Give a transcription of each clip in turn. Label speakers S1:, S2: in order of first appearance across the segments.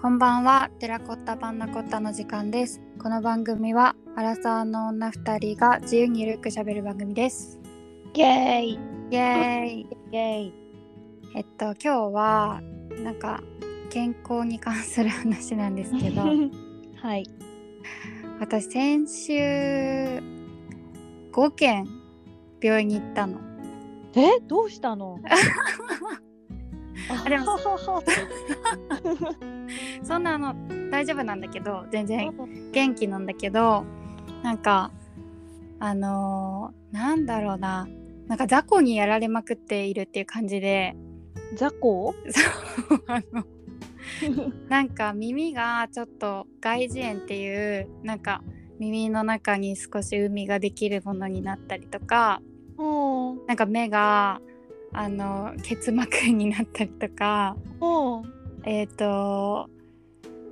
S1: こんばんは、テラコッタパンナコッタの時間です。この番組は、アラサーの女二人が自由にゆるく喋る番組です。
S2: イェーイイ
S1: イエーイ。
S2: ェーイ
S1: えっと、今日は、なんか、健康に関する話なんですけ ど、
S2: はい。
S1: 私、先週、5軒、病院に行ったの。
S2: え、どうした の
S1: あでも
S2: そ
S1: そんなあの、大丈夫なんだけど、全然元気なんだけどなんかあのーなんだろうななんか雑魚にやられまくっているっていう感じで
S2: 雑 魚
S1: そうあのなんか耳がちょっと外耳炎っていうなんか耳の中に少し海ができるものになったりとか
S2: うん。
S1: なんか目があの結膜炎になったりとか
S2: うん。
S1: えっ、と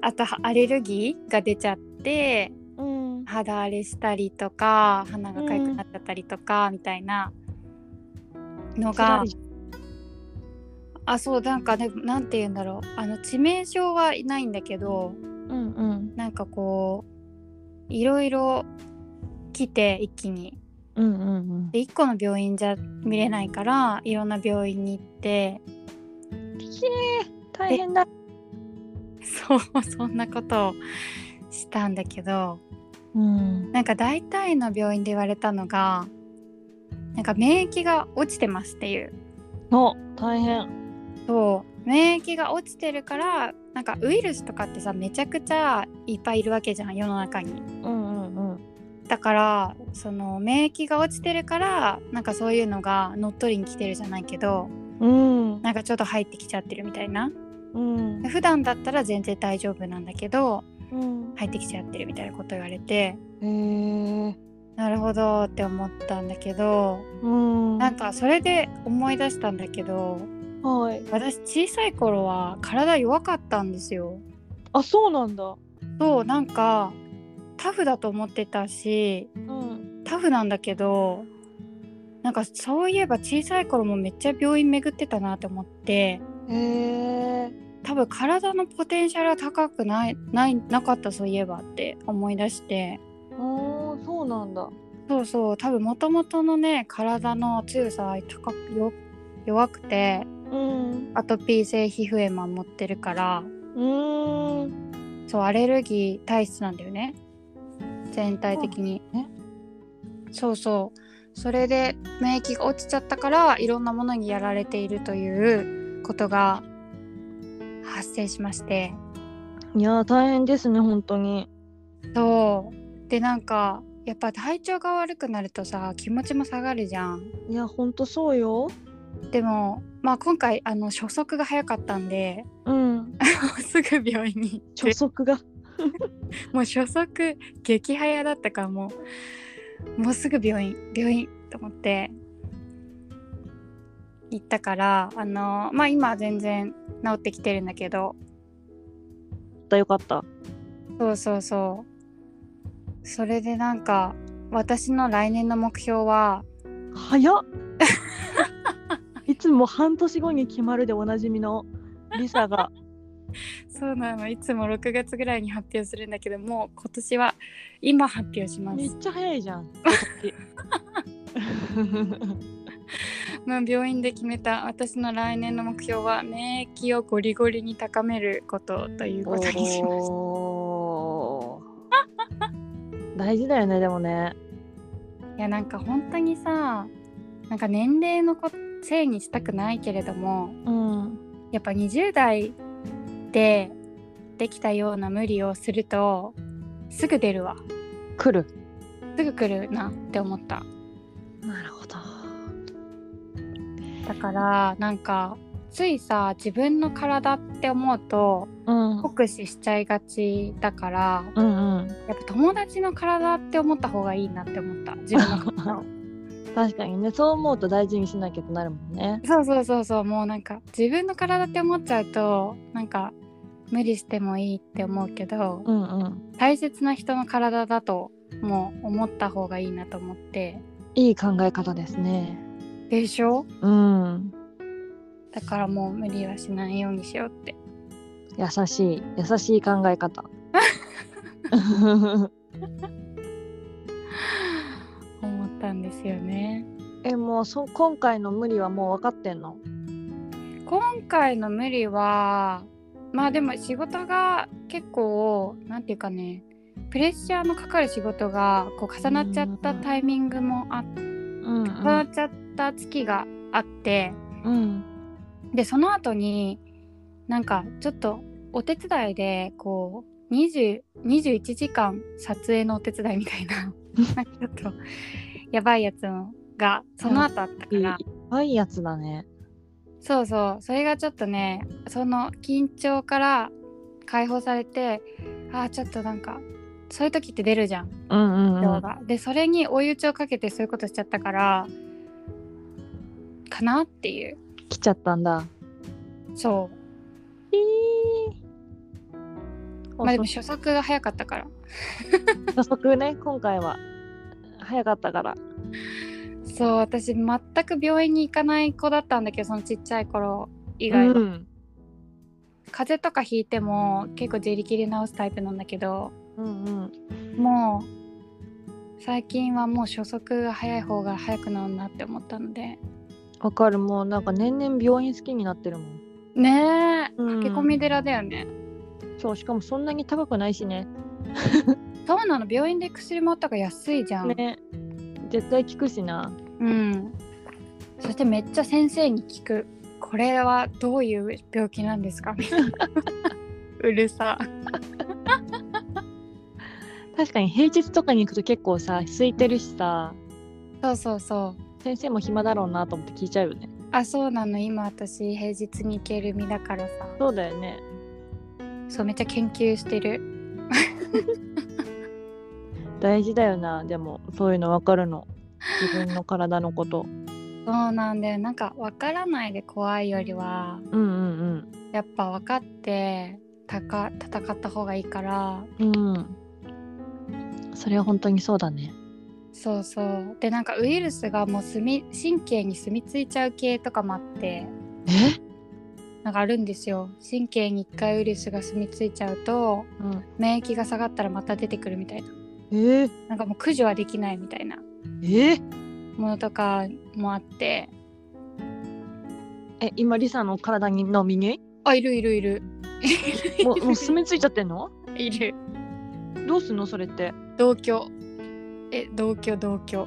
S1: あとアレルギーが出ちゃって
S2: うん。
S1: 肌荒れしたりとか鼻がかゆくなっちゃったりとか、みたいなのがあそうなんかねなんて言うんだろうあの致命傷はないんだけど
S2: うんうん。
S1: なんかこういろいろ来て一気に
S2: うんうん
S1: で1個の病院じゃ見れないからいろんな病院に行って
S2: うん。きえ大変だ。
S1: そうそんなことをしたんだけど
S2: うん。
S1: なんか大体の病院で言われたのがなんか免疫が落ちてますっていう。
S2: の、大変。
S1: そう免疫が落ちてるからなんかウイルスとかってさめちゃくちゃいっぱいいるわけじゃん世の中に
S2: うんうんうん。
S1: だからその免疫が落ちてるからなんかそういうのが乗っ取りに来てるじゃないけど
S2: うん。
S1: なんかちょっと入ってきちゃってるみたいな
S2: うん。
S1: 普段だったら全然大丈夫なんだけど
S2: うん。
S1: 入ってきちゃってるみたいなこと言われて
S2: へえ。
S1: なるほどって思ったんだけど
S2: うん。
S1: なんかそれで思い出したんだけど
S2: はい。
S1: 私小さい頃は体弱かったんですよ。
S2: あ、そうなんだ。
S1: そうなんかタフだと思ってたし
S2: うん。
S1: タフなんだけどなんかそういえば小さい頃もめっちゃ病院巡ってたなと思って
S2: へえ。
S1: 多分体のポテンシャルは高くないないなかったそういえばって思い出して
S2: おー、そうなんだ。
S1: そうそう多分もともとのね体の強さは高くよ弱くて
S2: うん。
S1: アトピー性皮膚炎も持ってるから
S2: うん。
S1: そうアレルギー体質なんだよね全体的に
S2: そうな
S1: そうそうそれで免疫が落ちちゃったからいろんなものにやられているということが発生しまして
S2: いやー、大変ですね、本当に。
S1: そうでなんかやっぱ体調が悪くなるとさ気持ちも下がるじゃん
S2: いや、ほんとそうよ。
S1: でもまあ今回あの初速が早かったんで
S2: うん。
S1: もう すぐ病院に行って
S2: 初速が。
S1: もう初速激早だったからもうもうすぐ病院病院と思って行ったからあのまあ今は全然治ってきてるんだけど
S2: だよかった。
S1: そうそうそうそれでなんか私の来年の目標は
S2: 早っいつも半年後に決まるでおなじみのリサ が。
S1: そうなのいつも6月ぐらいに発表するんだけどもう今年は今発表しま
S2: め
S1: す
S2: っちゃ早いじゃ ん。
S1: まあ病院で決めた私の来年の目標は免疫をゴリゴリに高めることということにしました
S2: おー大事だよね、でもね。
S1: いやなんか本当にさなんか年齢のこせいにしたくないけれども
S2: うん。
S1: やっぱ20代でできたような無理をするとすぐ出るわ
S2: 来る。
S1: すぐ来るなって思った
S2: なるほど。
S1: だからなんかついさ自分の体って思うと
S2: うん。
S1: 酷使しちゃいがちだから
S2: うんうん。
S1: やっぱ友達の体って思った方がいいなって思った自分の体を
S2: 確かにね、そう思うと大事にしなきゃってなるもんね。
S1: そうそうそうそうもうなんか自分の体って思っちゃうとなんか無理してもいいって思うけど
S2: うんうん。
S1: 大切な人の体だともう思った方がいいなと思って
S2: いい考え方ですね。
S1: でしょ
S2: うん。
S1: だからもう無理はしないようにしようって
S2: 優しい優しい考え方
S1: 思ったんですよね
S2: えもうそ今回の無理はもう分かってんの
S1: 今回の無理はまあでも仕事が結構なんていうかねプレッシャーのかかる仕事がこう重なっちゃったタイミングもあっ
S2: うん
S1: 重なっちゃった月があって
S2: うん
S1: でその後になんかちょっとお手伝いでこう20 21時間撮影のお手伝いみたいな なんかちょっとやばいやつもがその後あったか
S2: いい
S1: ら、
S2: ばいやつだね
S1: そうそうそれがちょっとねその緊張から解放されてあーちょっとなんかそういう時って出るじゃん
S2: うんうん
S1: 動画、でそれに追い打ちをかけてそういうことしちゃったからかなっていう
S2: 来ちゃったんだ
S1: そう
S2: え
S1: まあでも初速が早かったから
S2: 早速ね今回は早かったから
S1: そう私全く病院に行かない子だったんだけどそのちっちゃい頃以外は、
S2: うん
S1: 風邪とかひいても結構自力で治すタイプなんだけど
S2: うんうん
S1: もう最近はもう初速が早い方が早くなるなって思ったので
S2: わかるもうなんか年々病院好きになってるもん
S1: ねえ、
S2: うん
S1: 駆け込み寺だよね
S2: そうしかもそんなに高くないしね
S1: そうなの病院で薬もあったから安いじゃん、
S2: ね絶対効くしな
S1: うんそしてめっちゃ先生に聞くこれはどういう病気なんですかみたいな うるさ
S2: 確かに平日とかに行くと結構さ空いてるしさ
S1: そうそうそう
S2: 先生も暇だろうなと思って聞いちゃうよね
S1: あそうなの今私平日に行ける身だからさ
S2: そうだよね
S1: そうめっちゃ研究してる
S2: 大事だよなでもそういうのわかるの自分の体のこと
S1: そうなんだよなんか分からないで怖いよりは
S2: うんうん
S1: やっぱ分かってたか戦った方がいいから
S2: うんうんそれは本当にそうだね
S1: そうそうでなんかウイルスがもうすみ神経に住み着いちゃう系とかもあって
S2: え
S1: なんかあるんですよ神経に1回ウイルスが住み着いちゃうと
S2: うん
S1: 免疫が下がったらまた出てくるみたいな
S2: えー、
S1: なんかもう駆除はできないみたいな
S2: え
S1: ものとかもあって
S2: え今リサの体にの右 に
S1: あいるいるいる
S2: もうもう住み着いちゃってんの
S1: いる
S2: どうすんのそれって
S1: 同居え同居同居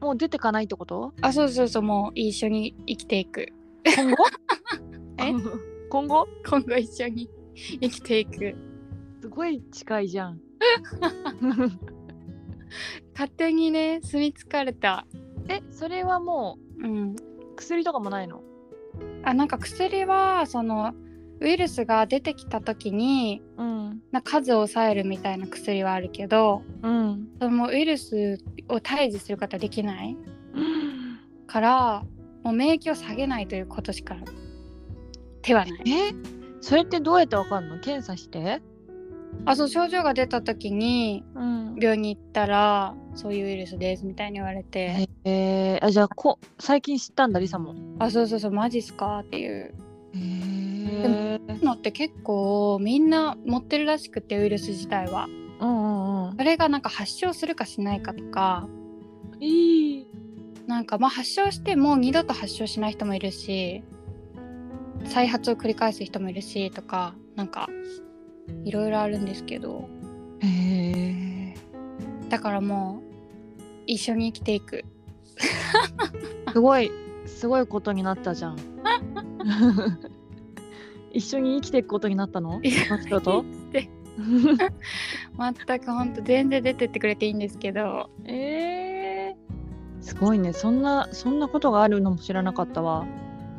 S2: もう出てかないってこと
S1: あそうそうそうもう一緒に生きていく
S2: 今 後
S1: え
S2: 今後
S1: 今後一緒に 生きていく
S2: すごい近いじゃん
S1: 勝手にね住み着かれた
S2: えそれはも
S1: うん
S2: う薬とかもないの
S1: あなんか薬はそのウイルスが出てきた時に
S2: うん
S1: な数を抑えるみたいな薬はあるけど
S2: うん
S1: そのウイルスを退治することはできないからもう免疫を下げないということしか手はない
S2: えそれってどうやってわかんの検査して
S1: あそう症状が出た時に
S2: うん
S1: 病院に行ったらそういうウイルスですみたいに言われて
S2: えー、あじゃあこ最近知ったんだリサも
S1: 「あそうそうそうマジっすか?」っていう
S2: えー、
S1: のって結構みんな持ってるらしくてウイルス自体は
S2: うんうんうん
S1: それがなんか発症するかしないかとか
S2: いい
S1: なんかまあ発症しても二度と発症しない人もいるし再発を繰り返す人もいるしとかなんかいろいろあるんですけど
S2: えー、
S1: だからもう一緒に生きていく
S2: すごいすごいことになったじゃ ん。一緒に生きていくことになったの？
S1: いや
S2: その人と？
S1: で全くほんと全然出てってくれていいんですけど
S2: ええすごいね。そんなそんなことがあるのも知らなかったわ。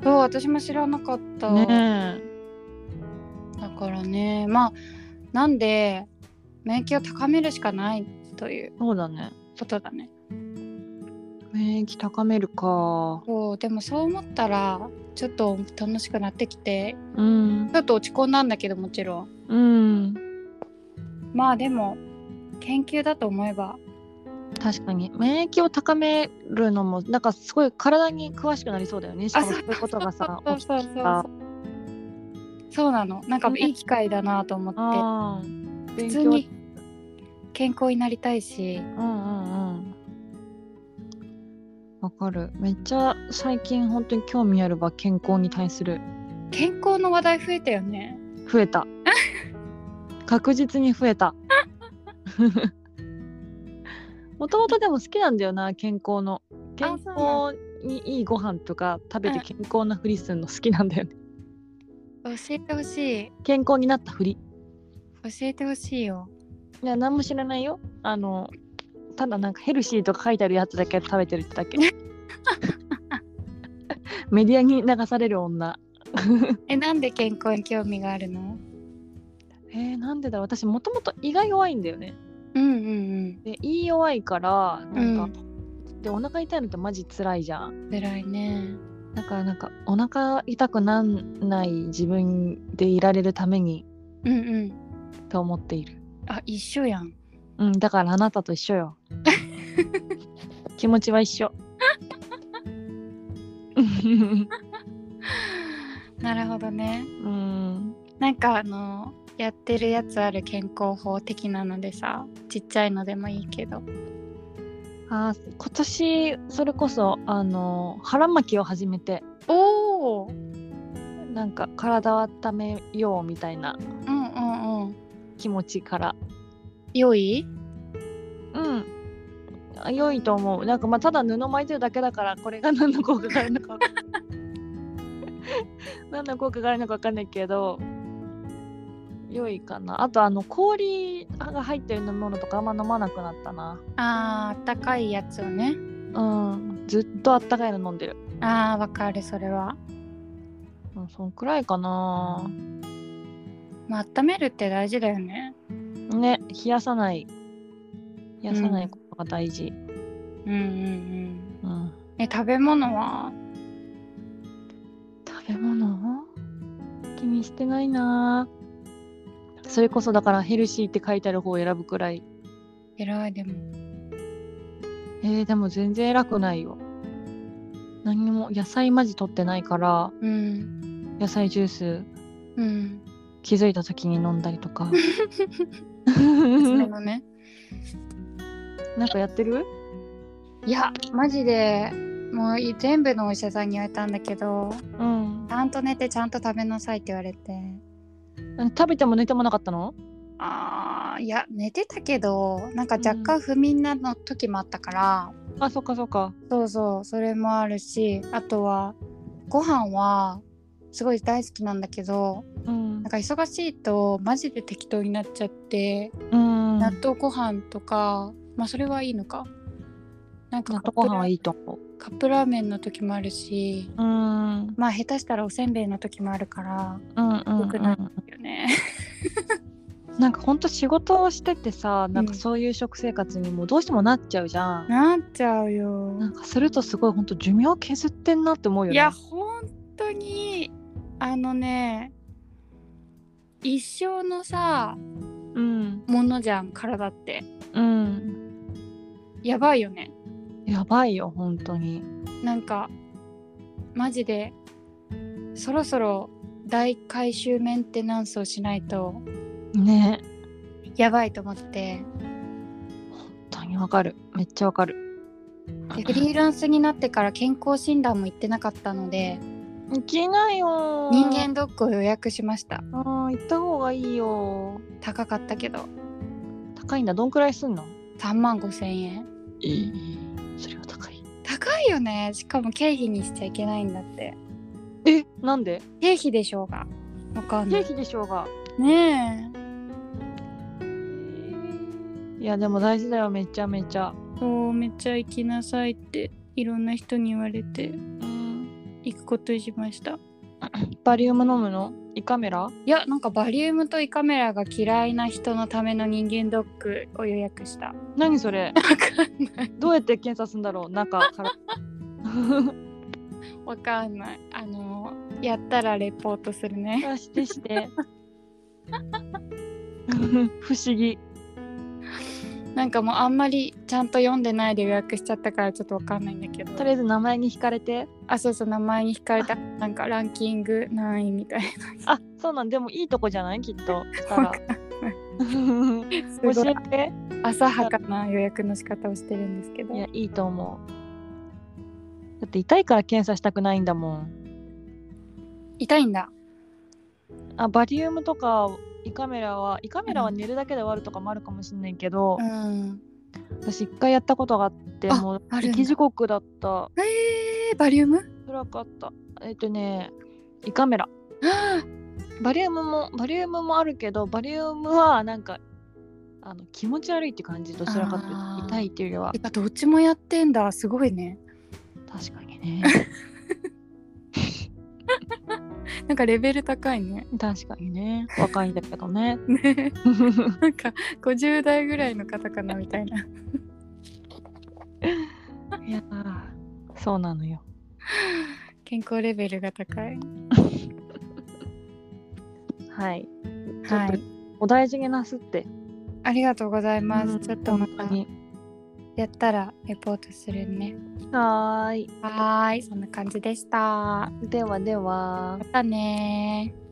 S1: そう私も知らなかった、
S2: ね
S1: だからねまあなんで免疫を高めるしかないという
S2: え、そうだね。
S1: ことだね
S2: 免疫高めるか。
S1: そうでもそう思ったらちょっと楽しくなってきて
S2: うん
S1: ちょっと落ち込んだんだけどもちろん
S2: うん。
S1: まあでも研究だと思えば
S2: 確かに免疫を高めるのもなんかすごい体に詳しくなりそうだよね。しかもそういうことがさ
S1: そう
S2: 起き
S1: そうそうそう
S2: た
S1: そうなのなんかいい機会だなと思って
S2: あー
S1: 普
S2: 勉
S1: 通
S2: 強
S1: に健康になりたいし
S2: うんうんうんわかるめっちゃ最近本当に興味あるば健康に対する
S1: 健康の話題増えたよね
S2: 増えた確実に増えた もともとでも好きなんだよな健康の健
S1: そうな
S2: 康にいいご飯とか食べ
S1: う
S2: て
S1: ん
S2: 健康なふりするの好きなんだよね
S1: 教えてほしい
S2: 健康になったふり
S1: 教えてほしいよ
S2: いや何も知らないよあのただなんかヘルシーとか書いてあるやつだけ食べてるってだけメディアに流される女
S1: えなんで健康に興味があるの
S2: えー、なんでだろう私もともと胃が弱いんだよね
S1: うんうん
S2: で胃弱いからなんか、
S1: う
S2: でお腹痛いのってマジ辛いじゃ
S1: うんん偉いね
S2: だからなんかお腹痛くなんない自分でいられるために
S1: うんうん
S2: と思っている
S1: あ一緒やん
S2: うんだからあなたと一緒よ気持ちは一緒
S1: なるほどね
S2: うん
S1: なんかあのやってるやつある健康法的なのでさちっちゃいのでもいいけど
S2: あー今年それこそあのー腹巻きを始めて
S1: おおうん
S2: なんか体を温めようみたいな
S1: うんうん
S2: 気持ちから
S1: 良い
S2: うんあ良いと思うなんかまあただ布巻いてるだけだからこれが何の効果があるのか 何の効果があるのか分かんないけど良いかなあとあの氷が入ってる飲み物とかあんま飲まなくなったな
S1: あーあったかいやつをね
S2: うんずっとあったかいの飲んでる
S1: あーわかるそれは
S2: うんそんくらいかな
S1: まあ温めるって大事だよね
S2: ね冷やさない冷やさな
S1: うん
S2: いことが大事、
S1: うんうんうん
S2: うん
S1: え食べ物は
S2: 食べ物気にしてないなそれこそだからヘルシーって書いてある方を選ぶくらい
S1: 偉いでも
S2: えー、でも全然偉くないよ何にも野菜マジ取ってないから
S1: うん
S2: 野菜ジュース
S1: うん
S2: 気づいた時に飲んだりとか
S1: そのね
S2: なんかやってる
S1: いやマジでもうい全部のお医者さんに言われたんだけど
S2: うん
S1: ちゃんと寝てちゃんと食べなさいって言われて
S2: 食べても寝てもなかったの
S1: あーいや寝てたけどなんか
S2: うん
S1: 若干不眠なの時もあったから、
S2: あそっかそっか
S1: そうそうそれもあるしあとはご飯はすごい大好きなんだけど
S2: うん
S1: なんか忙しいとマジで適当になっちゃって、
S2: うん
S1: 納
S2: 納
S1: 豆ご飯とかまあそれはいいのかなんかカップ
S2: 豆ご飯
S1: ラ
S2: はいいと思
S1: カップラーメンの時もあるし
S2: ううん
S1: まあ下手したらおせんべいの時もあるから
S2: うんうんう
S1: 良くない
S2: ん、
S1: よね
S2: なんかほんと仕事をしててさなん
S1: う
S2: か
S1: ん
S2: そういう食生活にもうどうしてもなっちゃうじゃん、
S1: なっちゃうよ
S2: なんかするとすごいほんと寿命削ってんなって思うよね
S1: いや本当にあのね一生のさ
S2: うん
S1: ものじゃん体って
S2: うん
S1: やばいよね
S2: やばいよ本当に
S1: なんかマジでそろそろ大改修メンテナンスをしないと
S2: ね
S1: やばいと思って
S2: 本当にわかるめっちゃわかる
S1: でフリーランスになってから健康診断も行ってなかったので
S2: いけないよ
S1: 人間ドックを予約しました
S2: あー行った方がいいよ
S1: 高かったけど
S2: 高いんだどんくらいすんの
S1: 3万5千円
S2: いいそれは高い
S1: 高いよねしかも経費にしちゃいけないんだって
S2: えなんで
S1: 経費でしょうがわかんな
S2: 経
S1: い
S2: 費でしょうが
S1: ねえ
S2: いやでも大事だよめちゃめちゃ
S1: そうめっちゃ行きなさいっていろんな人に言われて
S2: うん
S1: 行くことにしました
S2: バリウム飲むの胃カメラ
S1: いやなんかバリウムと胃カメラが嫌いな人のための人間ドックを予約したわ
S2: 何それ
S1: かんない
S2: どうやって検査するんだろ う中から
S1: わかんないあのやったらレポートするね
S2: あし てして不思議
S1: なんかもうあんまりちゃんと読んでないで予約しちゃったからちょっとわかんないんだけど
S2: とりあえず名前に惹かれて
S1: あそうそう名前に惹かれたなんかランキング何位みたい
S2: あそうなんでもいいとこじゃないきっとした
S1: な
S2: ら
S1: ごい
S2: 教えて
S1: 浅はかな予約の仕方をしてるんですけど
S2: いやいいと思うだって痛いから検査したくないんだもん
S1: 痛いんだ
S2: あバリウムとか胃カメラは胃カメラは寝るだけで終わるとかもあるかもしれないけど、
S1: うん
S2: 私一回やったことがあって
S1: あ
S2: もう
S1: あるんだ
S2: 生き地獄だった
S1: えー、バリウム
S2: 辛かったえっ、とね胃カメラ
S1: あ
S2: バリウムもバリウムもあるけどバリウムはなんかあの気持ち悪いって感じどちらかという
S1: あー
S2: と痛いっていうよりは
S1: どっちもやってんだすごいね
S2: 確かにね
S1: なんかレベル高いね
S2: 確かにね若いんだけど ね
S1: ねなんか50代ぐらいの方かなみたいない
S2: やーそうなのよ
S1: 健康レベルが高い
S2: はいちょ
S1: は
S2: っと
S1: い
S2: お大事になすって、
S1: ありがとうございます、
S2: うん
S1: ちょっとま
S2: 本当
S1: た
S2: に
S1: やったらレポートするね
S2: はーい
S1: はーいそんな感じでしたま
S2: ではでは
S1: たねー